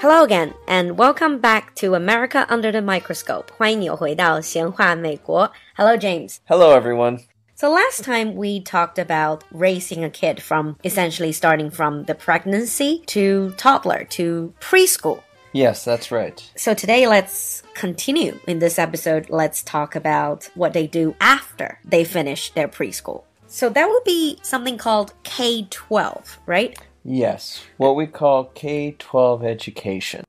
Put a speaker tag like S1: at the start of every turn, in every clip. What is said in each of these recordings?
S1: Hello again, and welcome back to America Under the Microscope. 欢迎你回到闲话美国。Hello, James.
S2: Hello, everyone.
S1: So last time we talked about raising a kid from essentially starting from the pregnancy to toddler to preschool.
S2: Yes, that's right.
S1: So today let's continue. In this episode, let's talk about what they do after they finish their preschool. So that would be something called K 12, right?
S2: Yes, what we call K 12 education.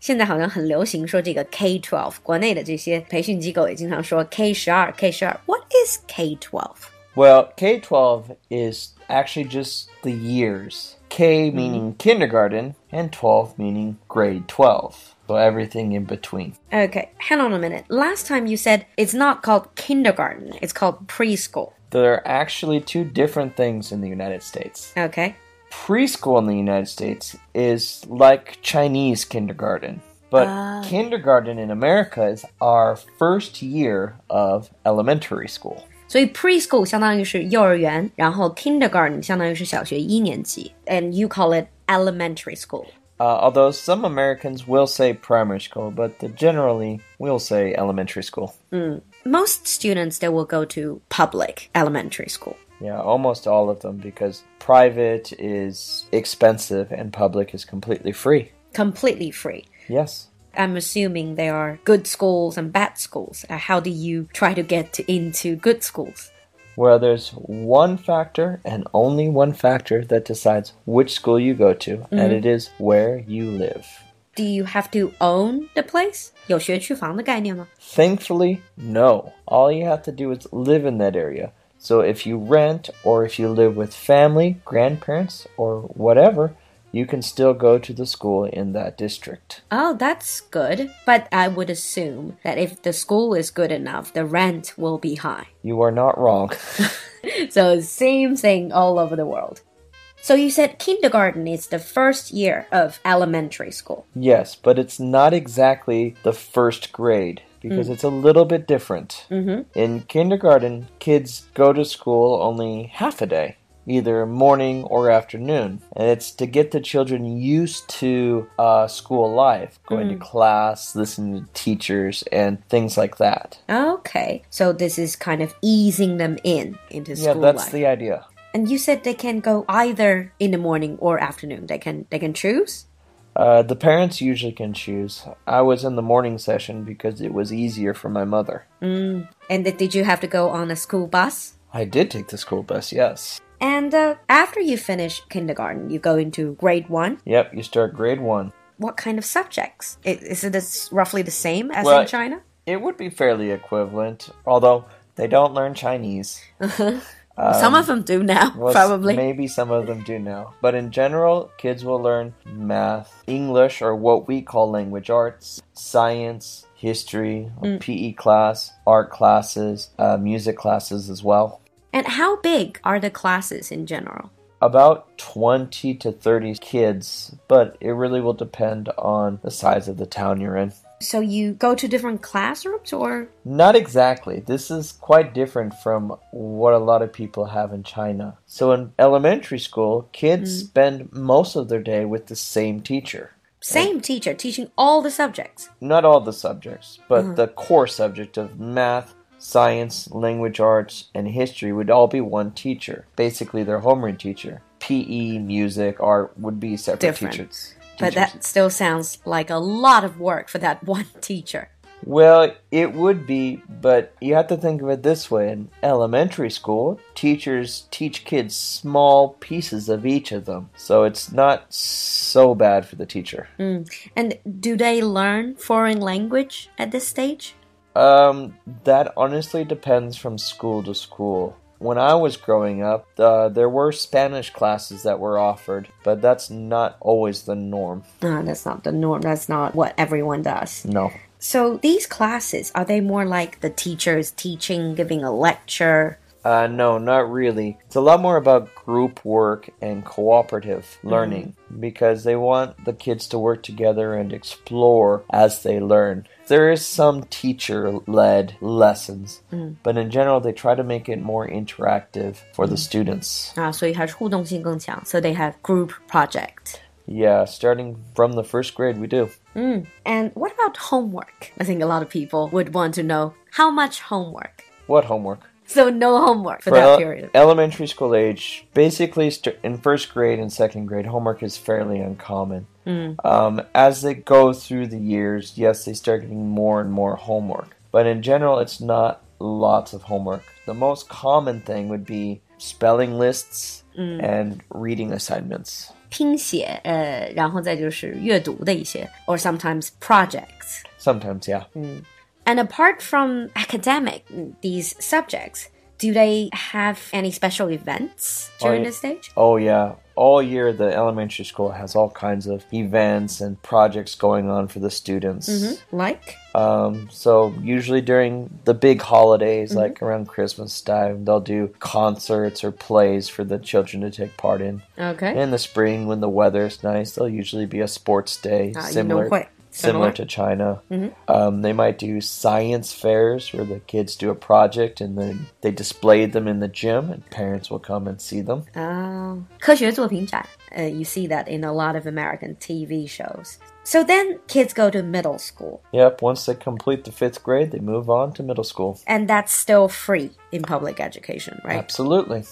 S1: 现在好像很流行说这个 K twelve，国内的这些培训机构也经常说 K 十二、K 十二。What is K twelve？
S2: Well, K 12 is actually just the years K meaning kindergarten, and 12 meaning grade 12. So everything in between.
S1: Okay, hang on a minute. Last time you said it's not called kindergarten, it's called preschool.
S2: There are actually two different things in the United States.
S1: Okay.
S2: Preschool in the United States is like Chinese kindergarten, but kindergarten in America is our first year of elementary school.
S1: 所以 preschool 相当于是幼儿园，然后 kindergarten 相当于是小学一年级，and you call it elementary school.
S2: Uh, although some Americans will say primary school, but the, generally we'll say elementary school.
S1: Most students they will go to public elementary school.
S2: Yeah, almost all of them because private is expensive and public is completely free.
S1: Completely free.
S2: Yes.
S1: I'm assuming there are good schools and bad schools. Uh, How do you try to get to, into good schools?
S2: Well, there's one factor and only one factor that decides which school you go to, and it is where you live.
S1: Do you have to own the place? 有学区房的概念吗？
S2: Thankfully, no. All you have to do is live in that area. So if you rent or if you live with family, grandparents, or whatever, you can still go to the school in that district.
S1: Oh, that's good. But I would assume that if the school is good enough, the rent will be high.
S2: You are not wrong.
S1: So, same thing all over the world. So, you said kindergarten is the first year of elementary school.
S2: yes, but it's not exactly the first grade because it's a little bit different. Mm-hmm. In kindergarten, kids go to school only half a day. Either morning or afternoon. And it's to get the children used to uh, school life, going to class, listening to teachers, and things like that.
S1: Okay. So, this is kind of easing them in into
S2: Yeah,
S1: school
S2: that's
S1: life.
S2: the idea.
S1: And you said they can go either in the morning or afternoon. They can they can choose.
S2: Uh, the parents usually can choose. I was in the morning session because it was easier for my mother.
S1: And th- did you have to go on a school bus?
S2: I did take the school bus, yes.
S1: And uh, after you finish kindergarten, you go into grade one.
S2: Yep, you start grade one.
S1: What kind of subjects? I- Is it as- roughly the same as
S2: Well,
S1: in China?
S2: It would be fairly equivalent, although they don't learn Chinese.
S1: Some of them do now,
S2: um, Well, s-
S1: probably.
S2: Maybe some of them do now. But in general, kids will learn math, English, or what we call language arts, science, history, PE class, art classes, uh, music classes as well.
S1: and how big are the classes in general?
S2: about 20 to 30 kids, but it really will depend on the size of the town you're in.
S1: So you go to different classrooms, or
S2: Not exactly. This is quite different from what a lot of people have in China. So in elementary school, kids spend most of their day with the same teacher.
S1: same teacher teaching all the subjects.
S2: Not all the subjects, but the core subject of math, science, language arts, and history would all be one teacher, basically their homeroom teacher. PE, music, art would be separate
S1: Different.
S2: teachers.
S1: But
S2: teachers.
S1: that still sounds like a lot of work for that one teacher.
S2: Well, it would be, but you have to think of it this way. In elementary school, teachers teach kids small pieces of each of them, so it's not so bad for the teacher.
S1: And do they learn foreign language at this stage?
S2: Um, that honestly depends from school to school. When I was growing up, uh, there were Spanish classes that were offered, but that's not always the norm.
S1: No, that's not the norm. That's not what everyone does.
S2: No.
S1: So these classes, are they more like the teacher is teaching, giving a lecture?
S2: Uh, no, not really. It's a lot more about group work and cooperative learning because they want the kids to work together and explore as they learn. There is some teacher led lessons, but in general, they try to make it more
S1: Ah,
S2: interactive for the students.
S1: 啊，所以还是互动性更强。So they have group project.
S2: Yeah, starting from the first grade, we do.
S1: And what about homework? I think a lot of people would want to know how much homework.
S2: What homework?
S1: So no homework for,
S2: For
S1: that
S2: el-
S1: period.
S2: elementary school age, basically st- in first grade and second grade, homework is fairly uncommon.
S1: Hmm.
S2: Um, as they go through the years, yes, they start getting more and more homework. But in general, it's not lots of homework. The most common thing would be spelling lists
S1: Hmm.
S2: and reading assignments.
S1: 拼写，呃，然后再就是阅读的一些 or sometimes projects.
S2: Sometimes, yeah.
S1: And apart from academic these subjects, do they have any special events during
S2: Oh,
S1: this stage?
S2: Oh, yeah. All year, the elementary school has all kinds of events and projects going on for the students.
S1: Mm-hmm. Like?
S2: Um, so usually during the big holidays,
S1: Mm-hmm.
S2: like around Christmas time, they'll do concerts or plays for the children to take part in.
S1: Okay.
S2: In the spring, when the weather is nice, there'll usually be a sports day
S1: Ah,
S2: similar,
S1: 运动会。
S2: similar
S1: Similar. Mm-hmm.
S2: to China. Um, they might do science fairs where the kids do a project and then they display them in the gym, and parents will come and see them.
S1: Oh. 科学作品展，呃，you see that in a lot of American TV shows. So then kids go to middle school,
S2: Yep, once they complete the fifth grade, they move on to middle school.
S1: and that's still free in public education, right?
S2: Absolutely.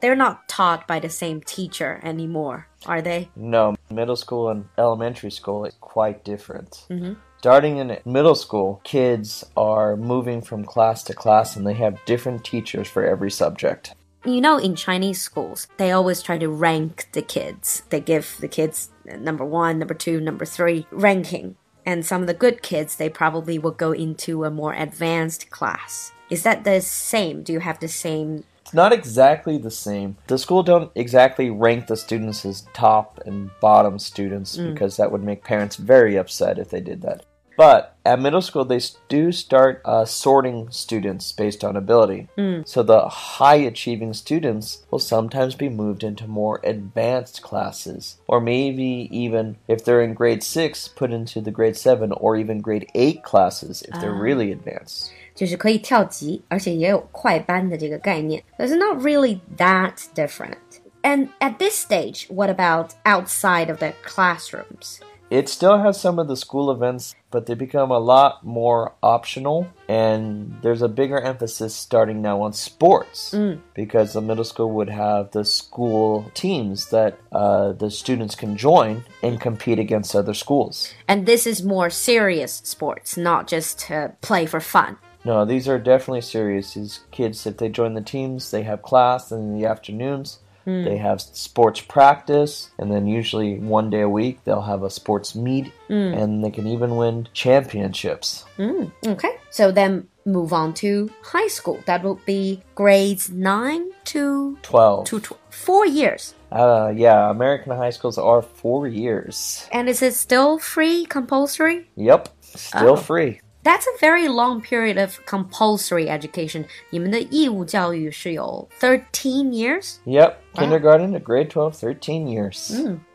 S1: They're not taught by the same teacher anymore, are they?
S2: No, middle school and elementary school is quite different. Mm-hmm. Starting in middle school, kids are moving from class to class and they have different teachers for every subject.
S1: You know, in Chinese schools, they always try to rank the kids. They give the kids number one, number two, number three ranking. And some of the good kids, they probably will go into a more advanced class. Is that the same? Do you have the same?
S2: It's not exactly the same. The school don't exactly rank the students as top and bottom students because that would make parents very upset if they did that. But at middle school, they s- do start uh, sorting students based on ability. So the high achieving students will sometimes be moved into more advanced classes, or maybe even if they're in grade six, put into the grade seven or even grade eight classes if they're really advanced.
S1: 就是可以跳级，而且也有快班的这个概念。It's not really that different. And at this stage, what about outside of the classrooms?
S2: It still has some of the school events, but they become a lot more optional, and there's a bigger emphasis starting now on sports because the middle school would have the school teams that uh, the students can join and compete against other schools.
S1: And this is more serious sports, not just uh, play for fun.
S2: No, these are definitely serious. These kids, if they join the teams, they have class in the afternoons. They have sports practice, and then usually one day a week they'll have a sports meet, and they can even win championships.
S1: Okay. So then move on to high school. That would be grades 9 to,
S2: 12.
S1: to tw- 4 years.
S2: Uh, yeah, American high schools are four years.
S1: And is it still free, compulsory?
S2: Yep, still
S1: Oh.
S2: free.
S1: That's a very long period of compulsory education. 你们的义务教育是有13 years?
S2: Yep, kindergarten to grade 12, 13 years.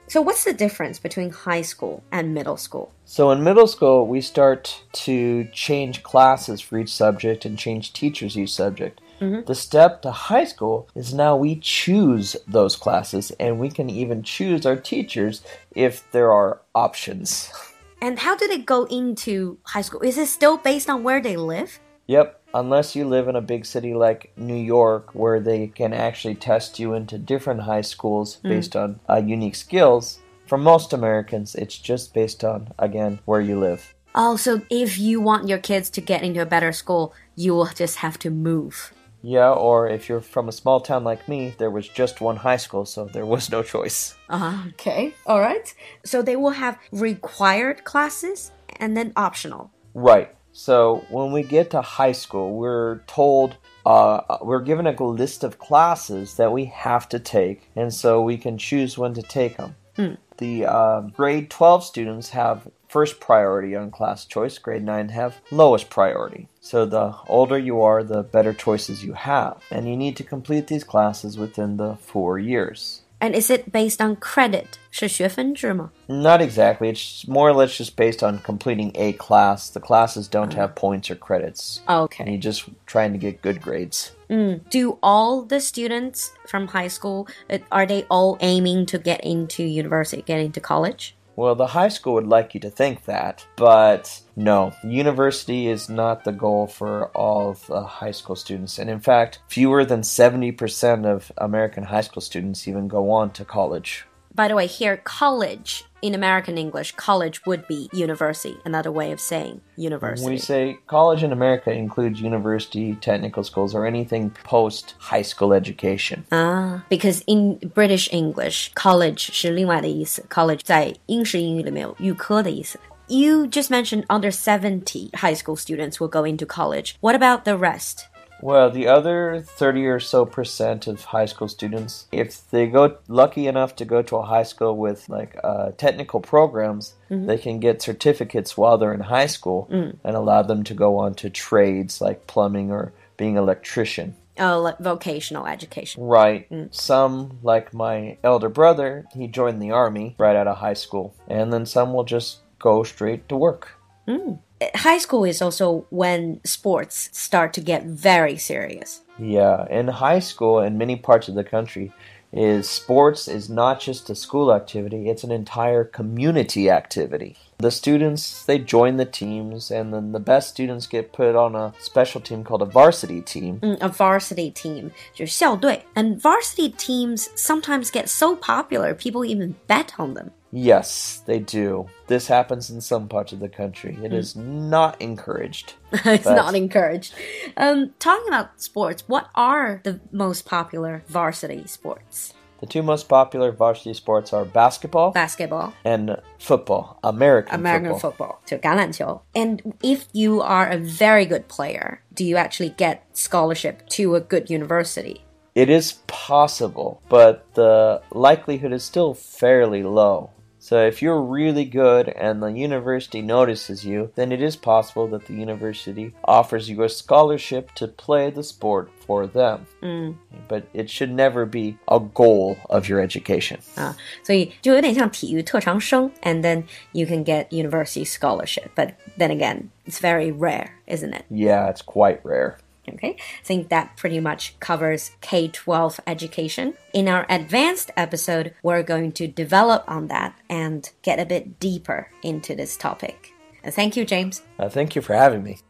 S1: So what's the difference between high school and middle school?
S2: So in middle school, we start to change classes for each subject and change teachers each subject. The step to high school is now we choose those classes and we can even choose our teachers if there are options.
S1: And how do they go into high school? Is it still based on where they live?
S2: Yep, unless you live in a big city like New York, where they can actually test you into different high schools based on uh, unique skills. For most Americans, it's just based on, again, where you live.
S1: Oh, so if you want your kids to get into a better school, you will just have to move.
S2: Yeah, or if you're from a small town like me, there was just one high school, so there was no choice.
S1: Ah, okay. All right. So they will have required classes and then optional.
S2: Right. So when we get to high school, we're told, uh, we're given a list of classes that we have to take, and so we can choose when to take them. The uh, grade 12 students have first priority on class choice, grade 9 have lowest priority. So the older you are, the better choices you have, and you need to complete these classes within the four years.
S1: And is it based on credit? 是学分制吗?
S2: Not exactly. It's more or less just based on completing a class. The classes don't have points or credits. And
S1: Okay.
S2: you're just trying to get good grades.
S1: Do all the students from high school uh, are they all aiming to get into university, get into college?
S2: Well, the high school would like you to think that, but no. University is not the goal for all of the high school students. And in fact, fewer than 70% of American high school students even go on to college.
S1: By the way, here college in American English, college would be university, another way of saying university.
S2: When you say college in America includes university, technical schools, or anything post high school education.
S1: Ah, because in British English, college 是另外的意思，college 在英式英语里面有预科的意思。You just mentioned under 70 high school students will go into college. What about the rest?
S2: Well, the other 30 or so percent of high school students, if they go lucky enough to go to a high school with like uh, technical programs, they can get certificates while they're in high school and allow them to go on to trades like plumbing or being electrician.
S1: Oh, like vocational education.
S2: Right. Some, like my elder brother, he joined the army right out of high school. And then some will just go straight to work.
S1: Uh, High school is also when sports start to get very serious.
S2: Yeah, in high school in many parts of the country is sports is not just a school activity, it's an entire community activity. The students they join the teams and then the best students get put on a special team called a varsity team.
S1: Mm, A varsity team, 就是校队. And varsity teams sometimes get so popular, people even bet on them.
S2: Yes, they do. This happens in some parts of the country.
S1: Mm.
S2: It is not encouraged.
S1: it's
S2: But-
S1: not encouraged. Um, talking about sports, what are the most popular varsity sports?
S2: The two most popular varsity sports are basketball
S1: Basketball,
S2: and football, American,
S1: American
S2: football.
S1: football, 就橄榄球. And if you are a very good player, do you actually get scholarship to a good university?
S2: It is possible, but the likelihood is still fairly low. So if you're really good and the university notices you, then it is possible that the university offers you a scholarship to play the sport for them. But it should never be a goal of your education.
S1: Uh, 啊，所以就有点像体育特长生, and then you can get university scholarship. But then again, it's very rare, isn't it?
S2: Yeah, it's quite rare.
S1: Okay, I think that pretty much covers K 12 education. In our advanced episode, we're going to develop on that and get a bit deeper into this topic. Uh, Thank you, James.
S2: Uh, thank you for having me.